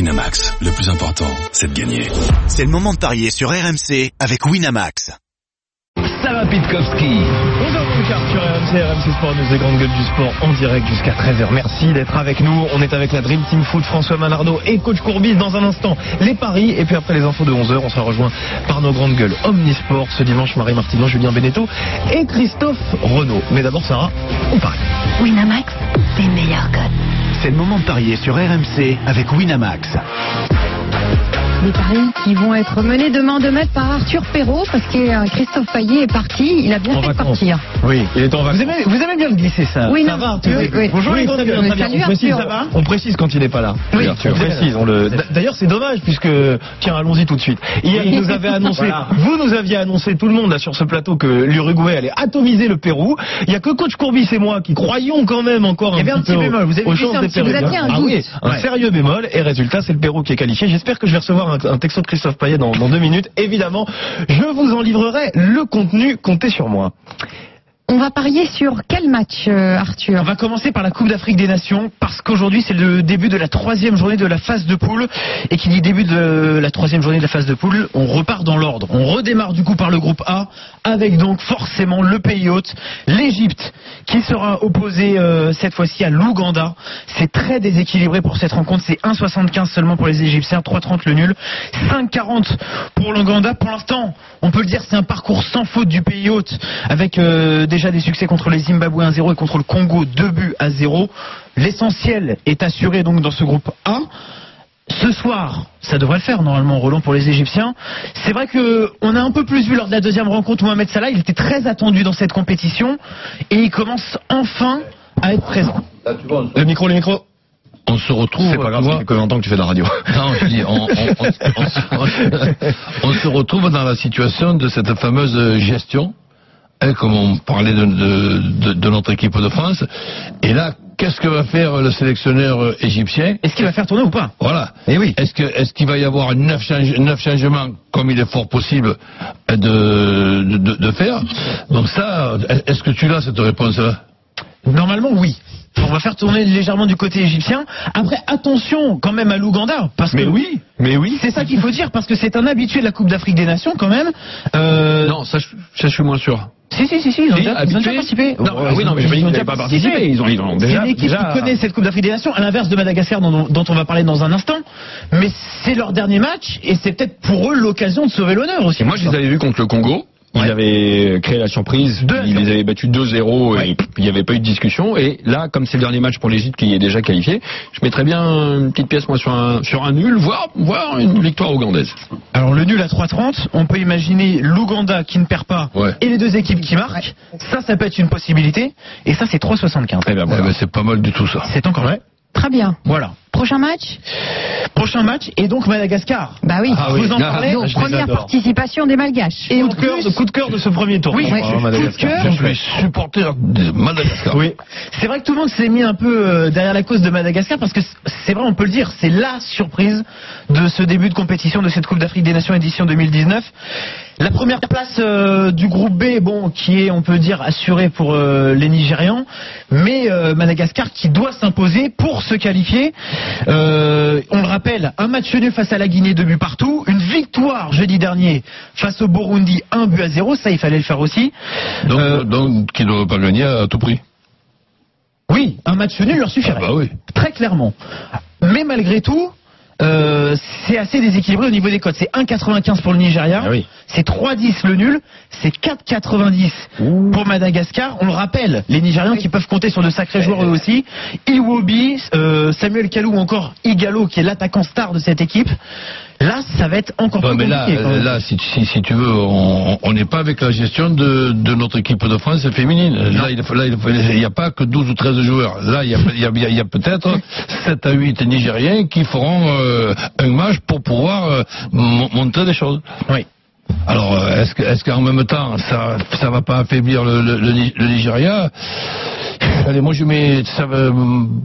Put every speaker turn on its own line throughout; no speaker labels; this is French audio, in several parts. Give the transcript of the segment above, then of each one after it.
Winamax, le plus important, c'est de gagner.
C'est le moment de parier sur RMC avec Winamax.
Sarah Pitkowski.
Bonjour Moncard sur RMC, RMC Sport News et Grandes Gueules du Sport en direct jusqu'à 13h. Merci d'être avec nous. On est avec la Dream Team Foot, François Malardeau et Coach Courbis dans un instant. Les paris et puis après les infos de 11h, on sera rejoint par nos Grandes Gueules Omnisport ce dimanche, Marie Martinon, Julien Beneteau et Christophe Renaud. Mais d'abord Sarah, on parie.
Winamax, les meilleurs codes.
C'est le moment de parier sur RMC avec Winamax.
Des paris qui vont être menés demain de maître par Arthur Perrault parce que euh, Christophe Payet est parti. Il a bien
En
fait de
vacances.
partir.
Oui, il est en vacances.
Vous aimez, vous aimez bien le glisser ça
Oui,
ça
non.
va Arthur
Oui, oui.
Bonjour
Oui,
les
très
grandes
bien,
gueules.
très bien. Salut,
On précise,
Arthur.
ça va
On précise quand il n'est pas là.
Oui,
on
Arthur.
précise. On le... D- D'ailleurs, c'est dommage puisque tiens, allons-y tout de suite. Hier, il nous avait annoncé,
Voilà.
vous nous aviez annoncé tout le monde là sur ce plateau que l'Uruguay allait atomiser le Pérou. Il y a que coach Courbis et moi qui croyons quand même encore
Il y
un
avait un
petit
petit
peu
bémol, vous avez
aux
glissé
chances
un
des
petit- vous
Péruviens.
aviez un
Ah
doute.
oui, un
Ouais.
sérieux bémol et résultat, c'est le Pérou qui est qualifié. J'espère que je vais recevoir un, un texto de Christophe Payet dans, dans deux minutes. Évidemment, je vous en livrerai le contenu. Comptez sur moi.
On va parier sur quel match, euh,
On
Arthur
va commencer par la Coupe d'Afrique des Nations parce qu'aujourd'hui c'est le début de la troisième journée de la phase de poule et qui dit début de la troisième journée de la phase de poule, on repart dans l'ordre. On redémarre du coup par le groupe A avec donc forcément le pays hôte, l'Égypte, qui sera opposée euh, cette fois-ci à l'Ouganda. C'est très déséquilibré pour cette rencontre. C'est 1,75 seulement pour les Égyptiens, 3,30 le nul, 5,40 pour l'Ouganda. Pour l'instant, on peut le dire, c'est un parcours sans faute du pays hôte, avec euh, déjà des succès contre les Zimbabwe 1-0 et contre le Congo 2 buts à 0. L'essentiel est assuré donc dans ce groupe A. Ce soir, ça devrait le faire normalement, Roland, pour les Égyptiens. C'est vrai que on a un peu plus vu lors de la deuxième rencontre Mohamed Salah. Il était très attendu dans cette compétition et il commence enfin à être présent.
Le micro, le micro.
On se retrouve.
C'est pas grave,
tu
ça
vois.
fait combien de temps que tu fais de la radio
Non, je dis, on, on- on- on se- on se retrouve dans la situation de cette fameuse gestion, hein, comme on parlait de, de- de- de notre équipe de France. Et là, qu'est-ce que va faire le sélectionneur euh, égyptien
Est-ce qu'il va faire tourner ou pas
Voilà.
Eh oui.
Est-ce que est-ce qu'il va y avoir neuf, change- neuf changements comme il est fort possible euh, de, de- de- de faire Donc ça, est-ce que tu l'as cette réponse-là
Normalement, oui. On va faire tourner légèrement du côté égyptien. Après, attention quand même à l'Ouganda, parce que
mais oui.
c'est ça qu'il faut dire, parce que c'est un habitué de la Coupe d'Afrique des Nations quand même. Euh,
Non, ça, je- ça, je suis moins sûr.
Si, si, si, si, ils ont
Si,
déjà, ils ont
habitué.
déjà participé.
Non, ah oui, non, mais je me dis qu'ils n'avaient pas participé, ils ont- ils ont déjà-
C'est l'équipe
déjà-
qui connaît cette Coupe d'Afrique des Nations, à l'inverse de Madagascar dont, dont on va parler dans un instant. Mais c'est leur dernier match et c'est peut-être pour eux l'occasion de sauver l'honneur aussi.
Et moi, je les avais vus contre le Congo. Ils avaient euh, créé la surprise,
Deux à
ils
zéro.
les avaient battus 2-0 et il n'y avait pas eu de discussion. Et là, comme c'est le dernier match pour l'Égypte qui est déjà qualifié, je mettrais bien une petite pièce moi sur un, sur un nul, voire, voire une victoire ougandaise.
Alors le nul à 3,30, on peut imaginer l'Ouganda qui ne perd pas
Ouais.
et les deux équipes qui marquent. Ça, ça peut être une possibilité. Et ça, c'est 3,75.
Eh ben
Eh
voilà.
ben, C'est pas mal du tout ça.
C'est encore vrai.
Très bien.
Voilà.
Prochain match
Prochain match et donc Madagascar.
Bah oui.
Ah, je vous en
Ah,
parlais.
Donc,
je les
première
adore.
participation des Malgaches.
Et
en
coup de, cœur,
plus-
coup de cœur de ce premier tour.
Oui,
Ah,
oui.
Madagascar.
Coup de
Je
cœur.
suis supporter de Madagascar.
Oui. C'est vrai que tout le monde s'est mis un peu euh, derrière la cause de Madagascar parce que c- c'est vrai, on peut le dire, c'est la surprise de ce début de compétition de cette Coupe d'Afrique des Nations édition 2019. La première place euh, du groupe B, bon, qui est, on peut dire, assurée pour euh, les Nigérians, mais euh, Madagascar qui doit s'imposer pour se qualifier. Euh, on le rappelle, un match nul face à la Guinée, deux buts partout, une victoire jeudi dernier face au Burundi, un but à zéro, ça il fallait le faire aussi.
Donc,
Euh,
donc qui ne doit pas gagner à tout prix.
Oui, un match nul leur
Ah
suffirait.
bah oui.
Très clairement. Mais malgré tout, euh, c'est assez déséquilibré au niveau des codes. C'est 1,95 pour le Nigeria,
Ah oui.
c'est 3,10 le nul, c'est 4,90 pour Madagascar. On le rappelle, les Nigérians qui peuvent compter sur de sacrés joueurs eux aussi. Iwobi, euh, Samuel Kalou ou encore Igalo qui est l'attaquant star de cette équipe. Là, ça va être encore
Ouais,
plus
mais là,
compliqué. quand même.
là si, si, si tu veux, on on n'est pas avec la gestion de, de notre équipe de France féminine. Là, il faut- là, il faut- il n'y a pas que 12 ou 13 joueurs. Là, il y a, il y a- il y a- il y a peut-être 7 à 8 Nigériens qui feront euh, un match pour pouvoir euh, mon- monter des choses.
Oui.
Alors, euh, est-ce que- est-ce qu'en même temps, ça ça va pas affaiblir le, le- le Ni- le Nigeria Allez, moi je mets ça, euh,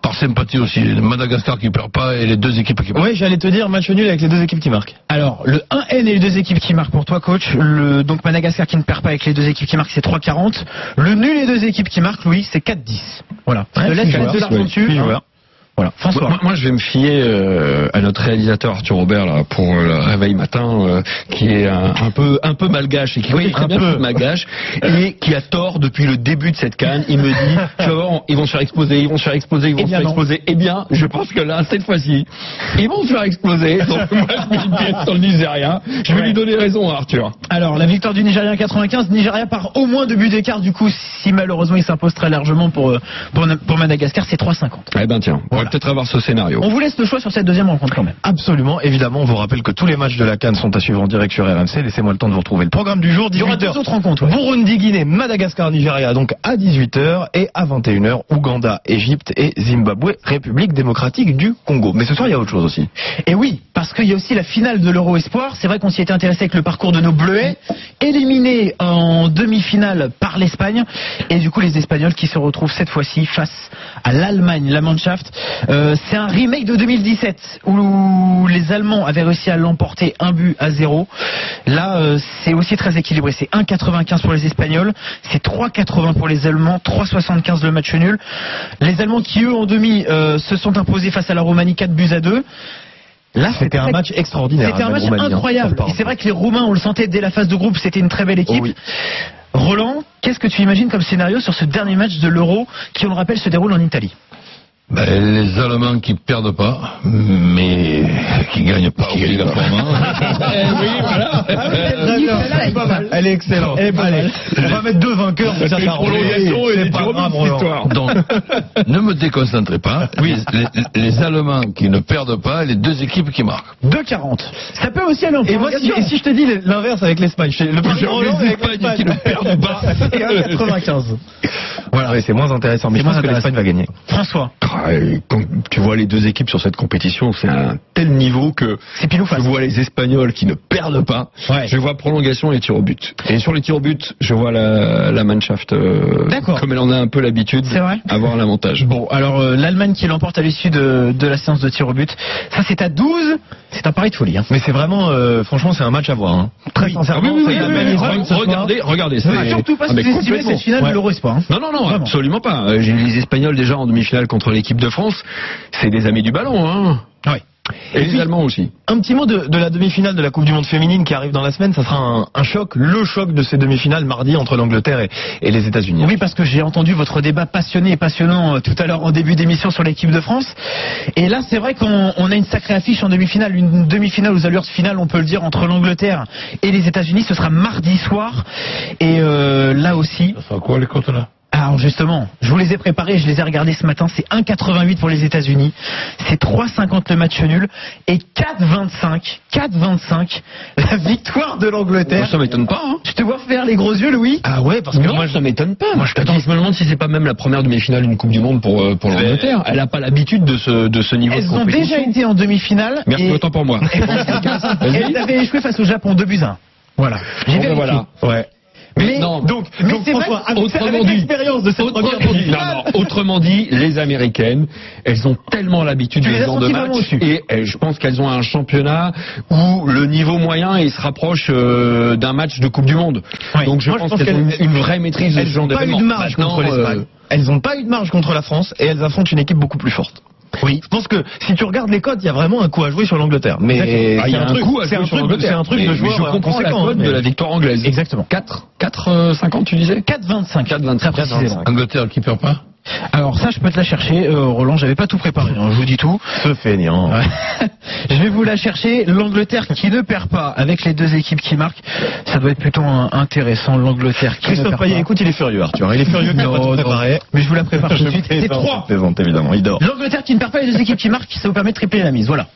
par sympathie aussi. Madagascar qui perd pas et les deux équipes qui perdent.
Oui, j'allais te dire match nul avec les deux équipes qui marquent.
Alors, le 1N et les deux équipes qui marquent pour toi, coach. Le, donc, Madagascar qui ne perd pas avec les deux équipes qui marquent, c'est 3,40. Le nul et les deux équipes qui marquent, Louis, c'est 4,10. Voilà. Je te laisse mettre de l'argent dessus. hein. Voilà. François.
Moi, moi, moi, je vais me fier euh, à notre réalisateur Arthur Robert là, pour le réveil matin, euh, qui est un, un peu un peu malgache et qui connaît très
un
bien
peu.
le foot malgache et qui a tort depuis le début de cette canne. Il me dit, tu vas voir, on- ils vont se faire exploser, ils vont se faire exploser, ils vont
Eh
se
bien,
faire
non.
exploser. Eh bien, je pense que là, cette fois-ci, ils vont se faire exploser. Donc moi, je mets une pièce sur le Nigérien. Je vais
Ouais.
lui donner raison, à Arthur.
Alors, la victoire du Nigeria en 95, Nigeria par au moins deux buts d'écart, du coup, si malheureusement il s'impose très largement pour, euh, pour, Na- pour Madagascar, c'est 3,50.
Eh ben tiens, on va peut-être avoir ce scénario.
On vous laisse le choix sur cette deuxième rencontre quand même.
Absolument, évidemment, on vous rappelle que tous les matchs de la Cannes sont à suivre en direct sur RMC. Laissez-moi le temps de vous retrouver le programme du jour.
Il y aura
18 heures.
deux autres rencontres, ouais.
Burundi, Guinée, Madagascar, Nigeria, donc à 18h et à 21h, Ouganda, Égypte et Zimbabwe, République démocratique du Congo. Mais ce soir, il y a autre chose aussi.
Et oui, parce qu'il y a aussi la finale de l'Euro Espoir. C'est vrai qu'on s'y était intéressé avec le parcours de nos Bleuets, éliminés en demi-finale par l'Espagne. Et du coup, les Espagnols qui se retrouvent cette fois-ci face à l'Allemagne, la Mannschaft. Euh, c'est un remake de 2017 où les Allemands avaient réussi à l'emporter un but à zéro. Là, euh, c'est aussi très équilibré. C'est 1,95 pour les Espagnols, c'est 3,80 pour les Allemands, 3,75 le match nul. Les Allemands qui, eux, en demi, euh, se sont imposés face à la Roumanie 4 buts à 2. Là,
C'était un
très-
match extraordinaire.
C'était
hein,
un match
Roumanie, hein.
incroyable.
Pardon.
Et c'est vrai que les Roumains, on le sentait dès la phase de groupe, c'était une très belle équipe.
Oh oui.
Roland, qu'est-ce que tu imagines comme scénario sur ce dernier match de l'Euro qui, on le rappelle, se déroule en Italie
Ben, les Allemands qui perdent pas, mais qui gagnent pas obligatoirement. hein.
Eh,
Ah Euh,
Euh, Nicolas, il-
Elle est excellente.
Elle est pas
Allez,
mal.
on va mettre deux vainqueurs.
C'est
ça,
une
ça roule.
prolongation et
C'est
des
pas
tirs au but,
grave,
cette
Roland.
histoire. Donc, ne me déconcentrez pas. Oui, les, les Allemands qui ne perdent pas, et les deux équipes qui marquent.
2,40. Ça peut aussi aller en
Et moi, si,
prolongation.
et si je te dis l'inverse avec l'Espagne, je- le
J'ai
plus
envie
Roland
des
avec
Espagnes qui
l'Espagne.
ne perdent pas.
Et 1,95.
Voilà, mais c'est moins intéressant. Mais
C'est
je pense
moins
que l'Espagne va gagner.
François,
Ah, et Quand tu vois les deux équipes sur cette compétition, c'est un tel niveau que
c'est pile ou
je
face.
vois les Espagnols qui ne perdent pas.
Ouais.
Je vois prolongation et tir au but. Et sur les tirs au but, je vois la, la Mannschaft, euh,
D'accord.
comme elle en a un peu l'habitude,
C'est vrai
avoir l'avantage.
Bon, alors euh, l'Allemagne qui l'emporte à l'issue de, de la séance de tir au but. Ça, c'est à 12. C'est un pari de folie. hein.
Mais c'est vraiment, euh, franchement, c'est un match à voir. hein. Très sincèrement,
oui, oui,
c'est la
oui,
même
oui,
Espagne ce soir.
regardez, regardez.
Ah,
c'est-
surtout pas
ah, mais
sous-estimer
complètement.
cette finale
Ouais.
de l'euro Espoir. hein.
Non, non, non,
Vraiment.
absolument pas. Euh, j'ai- Les Espagnols déjà en demi-finale contre l'équipe de France, c'est des amis du ballon, hein.
Ouais.
Et, les
puis-
Allemands aussi.
Un petit mot de, de la demi-finale de la Coupe du Monde féminine qui arrive dans la semaine. Ça sera un, un choc, le choc de ces demi-finales mardi entre l'Angleterre et, et les États-Unis.
Oui, parce que j'ai entendu votre débat passionné et passionnant euh, tout à l'heure en début d'émission sur l'équipe de France. Et là, c'est vrai qu'on on a une sacrée affiche en demi-finale, une demi-finale aux allures finales, on peut le dire, entre l'Angleterre et les États-Unis. Ce sera mardi soir. Et euh, là aussi, Ah,
Ça quoi les côtes là
alors justement, je vous les ai préparés, je les ai regardés ce matin. C'est 1,88 pour les États-Unis, c'est 3,50 le match nul et 4,25, 4,25 la victoire de l'Angleterre.
Ça m'étonne pas, hein.
Je te vois faire les gros yeux, Louis.
bah
Ah ouais, parce que
Non,
moi,
ça m'étonne pas.
moi, je te
Attends, je me demande si c'est pas même la première demi-finale d'une Coupe du Monde pour, euh, pour l'Angleterre. Elle n'a pas l'habitude de ce, de ce niveau de
Elles ont
compétition.
déjà été en demi-finale.
Merci,
et-
autant pour moi.
Et elles avaient échoué face au Japon, 2 buts 1. Voilà. J'ai
Bon, ben
vérifié.
voilà.
ouais.
Mais non.
Donc,
Mais
donc
c'est vrai
François,
que-
avec,
autrement
avec
dit-
l'expérience de cette première
Autrement dit,
demi-finale,
non, non, autrement dit, les Américaines, elles ont tellement l'habitude
Tu
de
les
ce
as
genre de
senties vraiment
match
au-dessus.
et euh, je pense qu'elles ont un championnat où le niveau moyen il se rapproche euh, d'un match de Coupe du Monde.
Ouais.
Donc je
Moi, je
pense,
pense
qu'elles ont
qu'elles-
une vraie maîtrise de ce
elles
genre euh,
n'ont
de
pas eu de marge contre l'Espagne. Elles n'ont pas eu de marge contre la France et elles affrontent une équipe beaucoup plus forte. Oui. Je pense que si tu regardes les codes, il y a vraiment un coup à jouer sur l'Angleterre. Mais
Et Ah, il y
c'est
a un
truc-
coup à
c'est
jouer
un
sur
truc-
l'Angleterre.
C'est un truc
Mais-
de
mais
joueur
Je comprends la
conséquent,
cote
hein,
de
mais-
la victoire anglaise.
Exactement.
4, 4, euh, 50 tu disais
4-25.
4-25.
Très précisément.
Angleterre qui perd pas
Alors ça, je peux te la chercher, euh, Roland. J'avais pas tout préparé. hein, je vous dis tout.
Ce feignant.
Ouais. je vais vous la chercher. L'Angleterre qui ne perd pas avec les deux équipes qui marquent. Ça doit être plutôt un- intéressant. L'Angleterre qui ne
Christophe
perd
Payet,
pas.
écoute, il est furieux, Arthur. Il est furieux de ne pas tout préparer.
Mais je vous la prépare tout de suite. C'est
plaisante,
3.
je plaisante, évidemment. Il dort.
L'Angleterre qui ne perd pas les deux équipes qui marquent, ça vous permet de tripler la mise. Voilà.